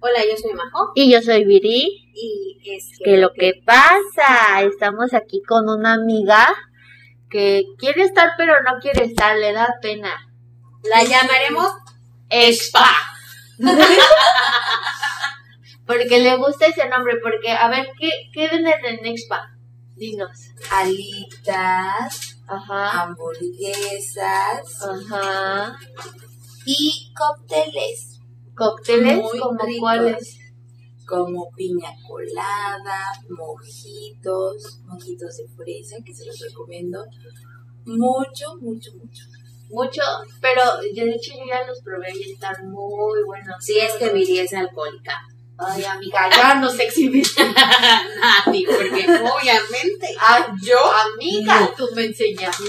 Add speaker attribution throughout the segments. Speaker 1: Hola, yo soy Majo
Speaker 2: Y yo soy Viri.
Speaker 1: y es
Speaker 2: Que lo que pasa, estamos aquí con una amiga que quiere estar pero no quiere estar, le da pena.
Speaker 1: la llamaremos
Speaker 2: Expa. porque le gusta ese nombre, porque a ver, ¿qué, qué vendes en Expa? Dinos.
Speaker 1: alitas, Ah,
Speaker 2: Ajá.
Speaker 1: hamburguesas
Speaker 2: Ajá.
Speaker 1: y cócteles
Speaker 2: Cócteles
Speaker 1: Muy
Speaker 2: como
Speaker 1: ricos.
Speaker 2: cuáles.
Speaker 1: como piña colada, mojitos, mojitos de fresa que se los recomiendo mucho, mucho, mucho.
Speaker 2: Mucho, pero yo de hecho yo ya los probé y están muy buenos.
Speaker 1: Si es que Viri es alcohólica.
Speaker 2: Ay, amiga, ya nos exhibiste.
Speaker 1: Nadie, porque obviamente.
Speaker 2: Ah,
Speaker 1: Yo
Speaker 2: Amiga,
Speaker 1: No.
Speaker 2: tú me enseñas.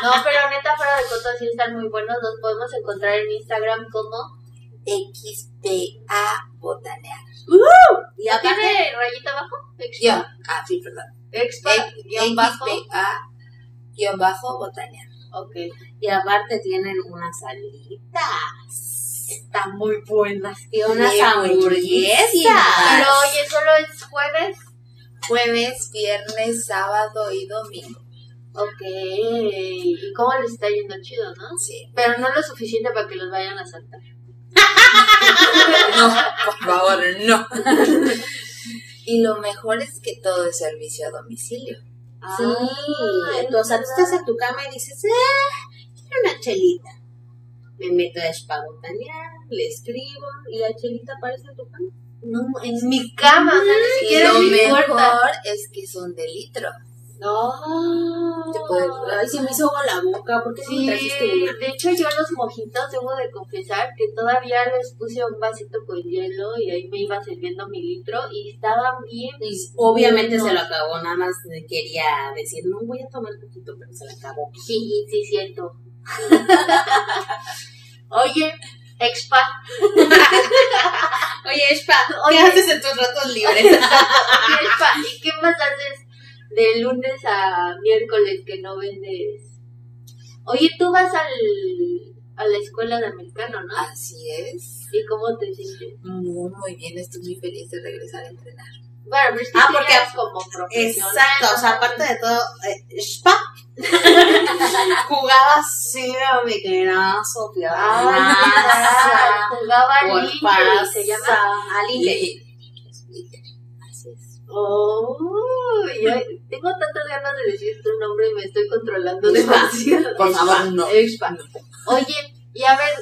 Speaker 2: No, pero neta, fuera de coto, sí están muy buenos. Los podemos encontrar en Instagram como.
Speaker 1: XPA botanear. Y
Speaker 2: ¿Ya
Speaker 1: aparte,
Speaker 2: tiene rayita abajo? Expa.
Speaker 1: guión, ah, sí, perdón.
Speaker 2: Expa, guión bajo.
Speaker 1: XPA guión bajo botanear.
Speaker 2: Ok.
Speaker 1: Y aparte tienen unas alitas
Speaker 2: Están muy buenas.
Speaker 1: y unas
Speaker 3: Sí,
Speaker 1: hamburguesas.
Speaker 2: Pero oye, solo es jueves.
Speaker 3: Jueves, viernes, sábado y domingo.
Speaker 2: Ok. ¿Y cómo les está yendo chido, no?
Speaker 3: Sí.
Speaker 2: Pero no lo suficiente para que los vayan a saltar.
Speaker 3: No, por favor, no. Y lo mejor es que todo es servicio a domicilio.
Speaker 2: Ah,
Speaker 1: Sí, o sea, tú estás en tu cama y dices, ah, quiero una chelita. Me meto a espagotanear, le escribo y la chelita aparece en tu cama.
Speaker 2: No, en mi cama, o sea, ni
Speaker 3: Y
Speaker 2: siquiera
Speaker 3: lo
Speaker 2: en mi
Speaker 3: mejor
Speaker 2: puerta.
Speaker 3: es que son de litro.
Speaker 2: No.
Speaker 3: Te puedes-
Speaker 1: Ay, se me hizo agua la boca, ¿por qué no me
Speaker 2: Sí,
Speaker 1: trajiste una?
Speaker 2: de hecho yo los mojitos debo de confesar que todavía les puse un vasito con hielo y ahí me iba sirviendo mi litro y estaban bien.
Speaker 1: Y obviamente
Speaker 2: No.
Speaker 1: se lo acabó, nada más quería decir, no voy a tomar poquito, pero se lo acabó.
Speaker 2: Sí, sí, siento. Oye, expa,
Speaker 1: Oye, Espa,
Speaker 2: Oye.
Speaker 1: en tus ratos libres?
Speaker 2: oye, expa, ¿y qué más haces de lunes a miércoles que no vendes? Oye, tú vas al, a la escuela de americano, ¿no?
Speaker 3: Así es.
Speaker 2: ¿Y cómo te sientes?
Speaker 3: Muy, muy bien. Estoy muy feliz de regresar a entrenar.
Speaker 2: Bueno, pero es que
Speaker 1: Ah,
Speaker 2: tú ya
Speaker 1: porque-
Speaker 2: eres como profesional.
Speaker 1: Exacto, o sea, aparte de todo, eh, spa. jugaba cero, mi querido Sofía.
Speaker 2: Ah, jugaba al
Speaker 1: Por
Speaker 2: niño y se llama.
Speaker 1: pasa, al Inter.
Speaker 3: Así es.
Speaker 2: Oh, ya tengo tantas ganas de decir tu nombre y me estoy controlando demasiado.
Speaker 3: Por favor, no.
Speaker 2: Expa. Oye, y a ver,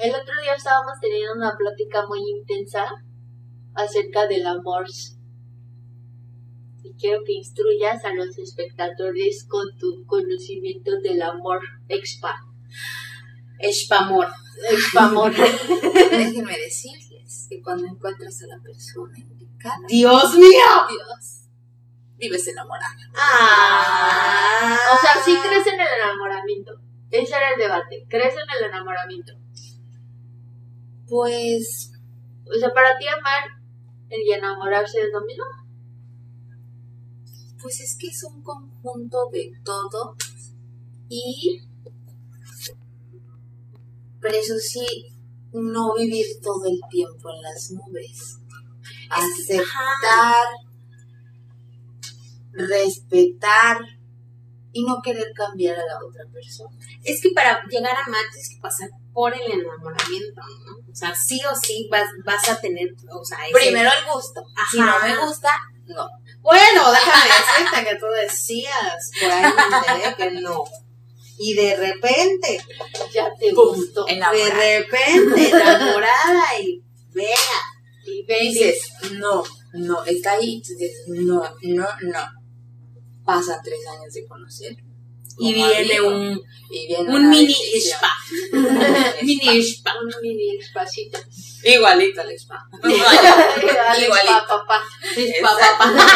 Speaker 2: el otro día estábamos teniendo una plática muy intensa acerca del amor. Y quiero que instruyas a los espectadores con tu conocimiento del amor. Expa.
Speaker 1: Spamor.
Speaker 2: Expa amor.
Speaker 3: Déjenme decirles que cuando encuentras a la persona indicada,
Speaker 1: ¡Dios mío!
Speaker 3: Dios, vives enamorada.
Speaker 1: Ah.
Speaker 2: O sea, sí crees en el enamoramiento. Ese era el debate. ¿Crees en el enamoramiento?
Speaker 3: Pues
Speaker 2: O sea, para ti amar y enamorarse es lo mismo.
Speaker 3: Pues es que es un conjunto de todo y... Pero eso sí, no vivir todo el tiempo en las nubes. Aceptar, respetar y no querer cambiar a la otra persona.
Speaker 1: Es que para llegar a amar tienes que pasar por el enamoramiento, ¿no? O sea, sí o sí vas, vas a tener, o sea, ese-
Speaker 3: Primero el gusto. Si no
Speaker 1: Ajá.
Speaker 3: me gusta, no.
Speaker 1: Bueno, déjame decirte que tú decías por ahí me enteré que no. Y de repente,
Speaker 2: Ya te
Speaker 3: Pum.
Speaker 2: gustó.
Speaker 3: Enamorada.
Speaker 1: de repente, enamorada y vea.
Speaker 2: Y
Speaker 3: Y
Speaker 2: ven,
Speaker 3: dices, no, no, está ahí. Entonces, no, no, no. Pasan tres años de conocer.
Speaker 1: Y
Speaker 3: Como
Speaker 1: viene
Speaker 3: amigo,
Speaker 1: un,
Speaker 3: y viene
Speaker 1: un
Speaker 3: una
Speaker 1: mini
Speaker 3: decisión.
Speaker 1: spa. Mini spa.
Speaker 2: un mini espacito.
Speaker 3: Igualito al spa.
Speaker 2: Dale,
Speaker 3: Igualito.
Speaker 2: pa, papá.
Speaker 1: Spa, papá.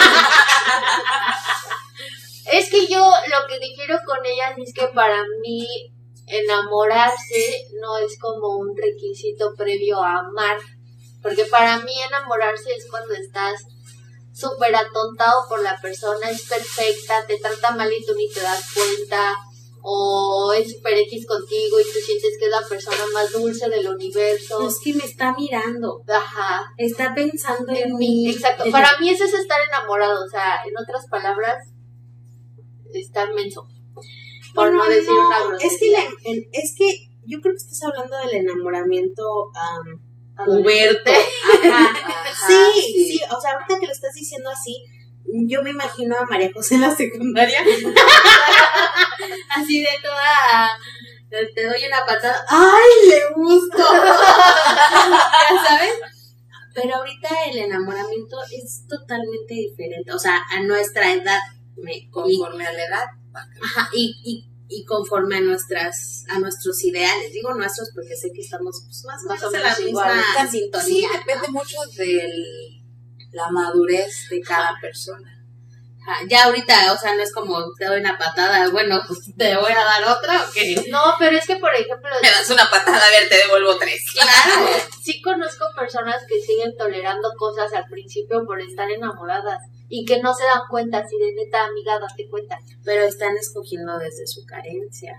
Speaker 2: Es que yo lo que quiero con ellas es que para mí enamorarse no es como un requisito previo a amar. Porque para mí enamorarse es cuando estás súper atontado por la persona, es perfecta, te trata mal y tú ni te das cuenta. o es super X contigo y tú sientes que es la persona más dulce del universo.
Speaker 3: Es que me está mirando,
Speaker 2: Ajá.
Speaker 3: está pensando en,
Speaker 2: En mí,
Speaker 3: mí.
Speaker 2: exacto. Para mí eso es estar enamorado, o sea, en otras palabras, está menso. Por no,
Speaker 3: Bueno,
Speaker 2: decir
Speaker 3: no,
Speaker 2: una grosería.
Speaker 3: es que, la- el- es que yo creo que estás hablando del enamoramiento am,
Speaker 2: Adolescente.
Speaker 3: Ajá.
Speaker 1: Ajá,
Speaker 3: sí, sí, o sea, ahorita que lo estás diciendo así, yo me imagino a María José en la secundaria. así de toda. Te te doy una patada. ¡Ay, le gusto! ya sabes. Pero ahorita el enamoramiento es totalmente diferente. O sea, a nuestra edad. Me, y,
Speaker 1: Conforme a la edad.
Speaker 3: ajá, y, y- y conforme a nuestras a nuestros ideales. Digo nuestros porque sé que estamos pues, más,
Speaker 2: Más o
Speaker 3: o menos
Speaker 2: menos
Speaker 3: en la misma
Speaker 2: iguales.
Speaker 3: sintonía.
Speaker 1: Ah, Sí,
Speaker 3: ¿no?
Speaker 1: depende mucho de la madurez de cada persona.
Speaker 3: Ah, Ya ahorita, o sea, no es como te doy una patada, bueno, pues, te voy a dar otra o qué.
Speaker 2: No, pero es que, por ejemplo,
Speaker 1: Me das una patada, a ver, te devuelvo tres.
Speaker 3: Claro.
Speaker 2: sí conozco personas que siguen tolerando cosas al principio por estar enamoradas y que no se dan cuenta, así de neta, amiga, date cuenta.
Speaker 3: Pero están escogiendo desde su carencia.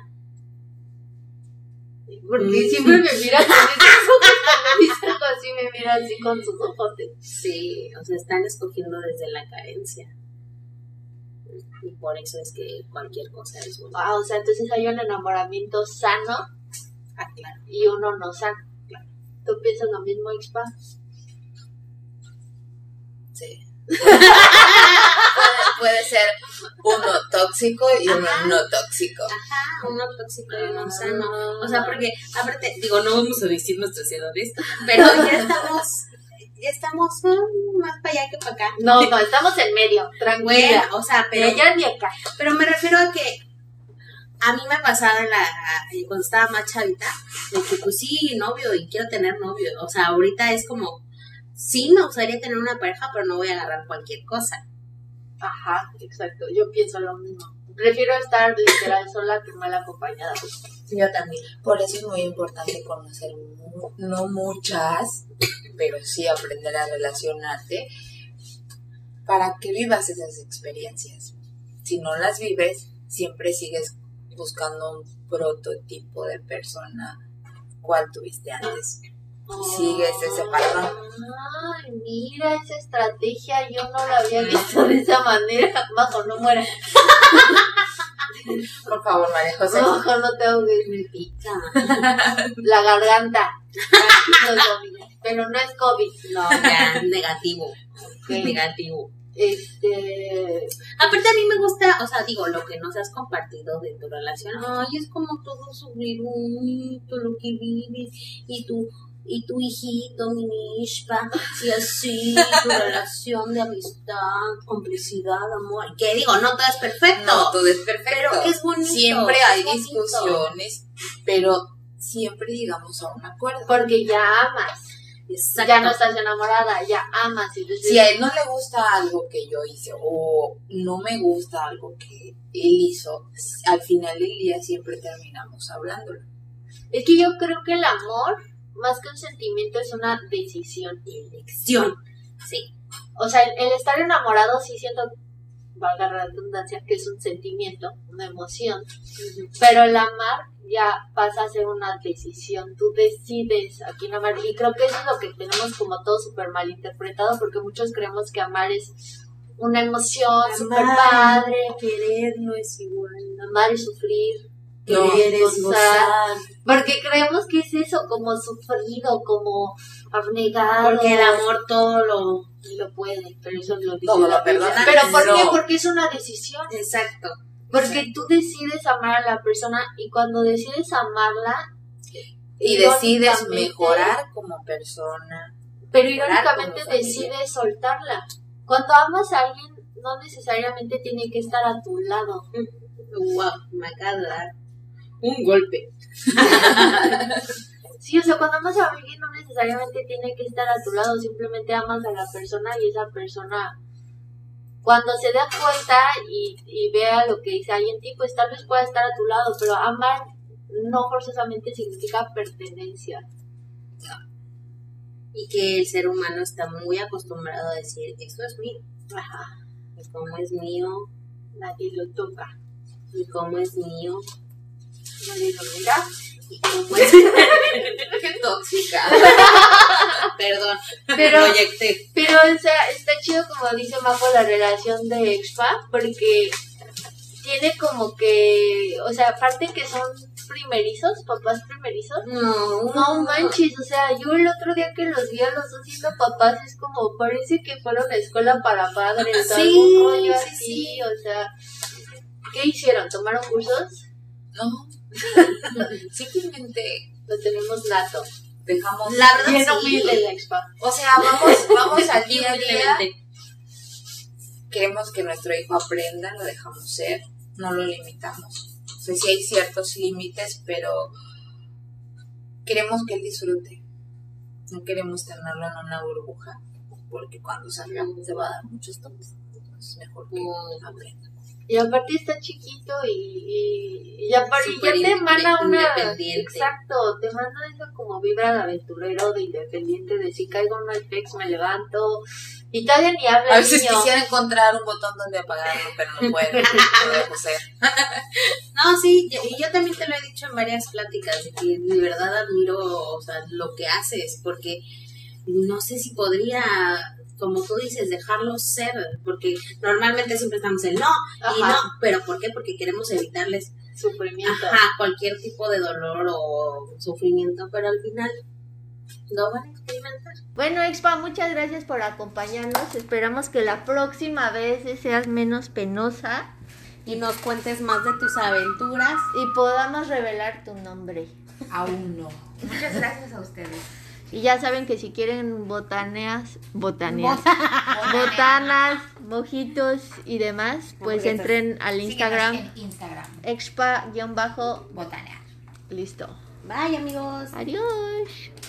Speaker 3: Mm.
Speaker 2: Porque siempre me mira con esos ojos, cuando dice algo así, me mira así con sus ojos de...
Speaker 3: Sí, o sea, están escogiendo desde la carencia. Y por eso es que cualquier cosa es buena.
Speaker 2: Ah, o sea, entonces hay un enamoramiento sano
Speaker 3: Ah, claro.
Speaker 2: y uno no sano. ¿Tú piensas lo mismo, Expa?
Speaker 1: Sí. puede, puede ser uno tóxico y uno
Speaker 3: Ajá. Ah,
Speaker 1: no tóxico.
Speaker 3: Ajá, uno tóxico y uno sano. O sea, porque, aparte, digo, no vamos a decir nuestros edades, pero ya estamos, ya estamos mm, más para allá que para acá.
Speaker 2: No, no, estamos en medio, tranquila.
Speaker 3: Bueno, o sea, pero
Speaker 2: Pero ya ni acá.
Speaker 3: Pero me refiero a que a mí me pasaba en la, en cuando estaba más chavita, de que pues sí, novio y quiero tener novio. O sea, ahorita es como, sí me gustaría tener una pareja, pero no voy a agarrar cualquier cosa.
Speaker 2: Ajá, exacto, yo pienso lo mismo. Prefiero estar literal sola que mal acompañada.
Speaker 3: Yo también.
Speaker 1: Por eso es muy importante conocer, mu- no muchas, pero sí aprender a relacionarte para que vivas esas experiencias. Si no las vives, siempre sigues buscando un prototipo de persona cual tuviste antes. Sigues ese patrón.
Speaker 2: Ay, mira esa estrategia, yo no la había visto de esa manera. Bajo, no muera.
Speaker 1: Por favor, María José.
Speaker 2: Bajo, no tengo que
Speaker 3: Me pica.
Speaker 2: La garganta. Tranquilos, Domina. Pero no es COVID.
Speaker 3: No, ya, negativo.
Speaker 2: Ok.
Speaker 3: Negativo.
Speaker 2: Este.
Speaker 3: Aparte a mí me gusta, o sea, digo, lo que nos has compartido de tu relación, ay, es como todo subir bonito, lo que vives, y tu, y tu hijito, mi nishpa, y así, tu relación de amistad, complicidad, amor, que digo, no todo es perfecto,
Speaker 1: No, todo es perfecto.
Speaker 3: pero es bonito.
Speaker 1: siempre hay
Speaker 3: es bonito.
Speaker 1: discusiones, pero siempre llegamos a un acuerdo.
Speaker 2: Porque ya amas.
Speaker 3: Exacto.
Speaker 2: Ya no estás enamorada, ya amas. Y entonces-
Speaker 1: si a él no le gusta algo que yo hice o no me gusta algo que él hizo, al final del día siempre terminamos hablándolo.
Speaker 2: Es que yo creo que el amor, más que un sentimiento, es una decisión.
Speaker 3: Elección. Sí.
Speaker 2: O sea, el, el estar enamorado sí siento, valga la redundancia, que es un sentimiento, una emoción. Pero el amar ya pasa a ser una decisión. Tú decides a quién amar. Y creo que eso es lo que tenemos como todo súper malinterpretado, porque muchos creemos que amar es una emoción súper padre.
Speaker 3: querer no es igual.
Speaker 2: Amar y sufrir.
Speaker 1: No,
Speaker 3: Querer es
Speaker 2: gozar.
Speaker 3: gozar.
Speaker 2: Porque creemos que es eso, como sufrido, como abnegado.
Speaker 3: Porque el amor todo lo
Speaker 2: Y lo puede, pero eso lo dice
Speaker 1: Todo lo
Speaker 2: la Biblia.
Speaker 1: perdona.
Speaker 2: Pero ¿por qué?
Speaker 1: No.
Speaker 2: Porque es una decisión.
Speaker 3: Exacto.
Speaker 2: Porque tú decides amar a la persona y cuando decides amarla,
Speaker 1: Y decides
Speaker 2: Irónicamente-
Speaker 1: mejorar como persona.
Speaker 2: pero
Speaker 1: Mejorar
Speaker 2: irónicamente
Speaker 1: como familia.
Speaker 2: decides soltarla. Cuando amas a alguien, no necesariamente tiene que estar a tu lado.
Speaker 3: Wow, me acaba de dar un golpe.
Speaker 2: Sí, o sea, cuando amas a alguien, no necesariamente tiene que estar a tu lado. Simplemente amas a la persona y esa persona, cuando se da cuenta y, y vea lo que dice ahí en ti, pues tal vez pueda estar a tu lado. Pero amar no forzosamente significa pertenencia.
Speaker 3: Y que el ser humano está muy acostumbrado a decir, esto es mío.
Speaker 2: Ajá,
Speaker 3: Y como es mío,
Speaker 2: nadie lo toca.
Speaker 3: y como es mío, nadie lo mira. Y tú, pues,
Speaker 1: Qué tóxica.
Speaker 3: Ah, perdón,
Speaker 2: Pero,
Speaker 3: proyecté.
Speaker 2: pero o sea, está chido como dice Mapo la relación de Expa, porque tiene como que, o sea, aparte que son primerizos, papás primerizos,
Speaker 3: No,
Speaker 2: no manches, o sea, yo el otro día que los vi a los dos siendo papás es como, parece que fueron a escuela para padres, o
Speaker 3: Sí,
Speaker 2: algún rollo
Speaker 3: sí,
Speaker 2: así,
Speaker 3: sí.
Speaker 2: o sea, ¿qué hicieron? ¿Tomaron cursos?
Speaker 1: No. Simplemente
Speaker 2: Lo tenemos nato.
Speaker 1: dejamos.
Speaker 3: La verdad,
Speaker 2: Bien
Speaker 3: sí.
Speaker 2: humilde la expa.
Speaker 1: O sea, vamos, vamos al día a día.
Speaker 3: Simplemente.
Speaker 1: Queremos que nuestro hijo aprenda, lo dejamos ser, no lo limitamos. O sea, sí hay ciertos límites, pero queremos que él disfrute. No queremos tenerlo en una burbuja, porque cuando salga se va a dar muchos toques. Entonces, mejor que
Speaker 3: Mm.
Speaker 1: aprenda.
Speaker 2: Y aparte está chiquito y, y, y aparte ya
Speaker 3: Súper
Speaker 2: te emana
Speaker 3: inde-
Speaker 2: una...
Speaker 3: independiente.
Speaker 2: Exacto, te manda eso como vibra de aventurero, de independiente, de si caigo en un alpex me levanto. Y todavía ni habla
Speaker 1: A
Speaker 2: el
Speaker 1: veces
Speaker 2: niño.
Speaker 1: quisiera encontrar un botón donde apagarlo, pero no puedo. No dejo ser.
Speaker 3: No, sí, yo- y yo también te lo he dicho en varias pláticas, de que de verdad admiro o sea, lo que haces, porque no sé si podría, como tú dices, dejarlo ser, porque normalmente siempre estamos en no, y
Speaker 2: Ajá.
Speaker 3: no, pero ¿por qué? Porque queremos evitarles
Speaker 2: Sufrimiento.
Speaker 3: ajá, cualquier tipo de dolor o sufrimiento, pero al final no van a experimentar.
Speaker 2: Bueno, Expa, muchas gracias por acompañarnos. Esperamos que la próxima vez seas menos penosa
Speaker 4: Y nos cuentes más de tus aventuras.
Speaker 2: y podamos revelar tu nombre.
Speaker 1: Aún no.
Speaker 4: Muchas gracias a ustedes.
Speaker 2: Y ya saben que si quieren botaneas, botaneas, botanas, mojitos y demás, pues
Speaker 4: Hamburguesas.
Speaker 2: entren al Instagram
Speaker 4: Síguenos en Instagram.
Speaker 2: expa-listo.
Speaker 4: Botanear. Bye, amigos.
Speaker 2: Adiós.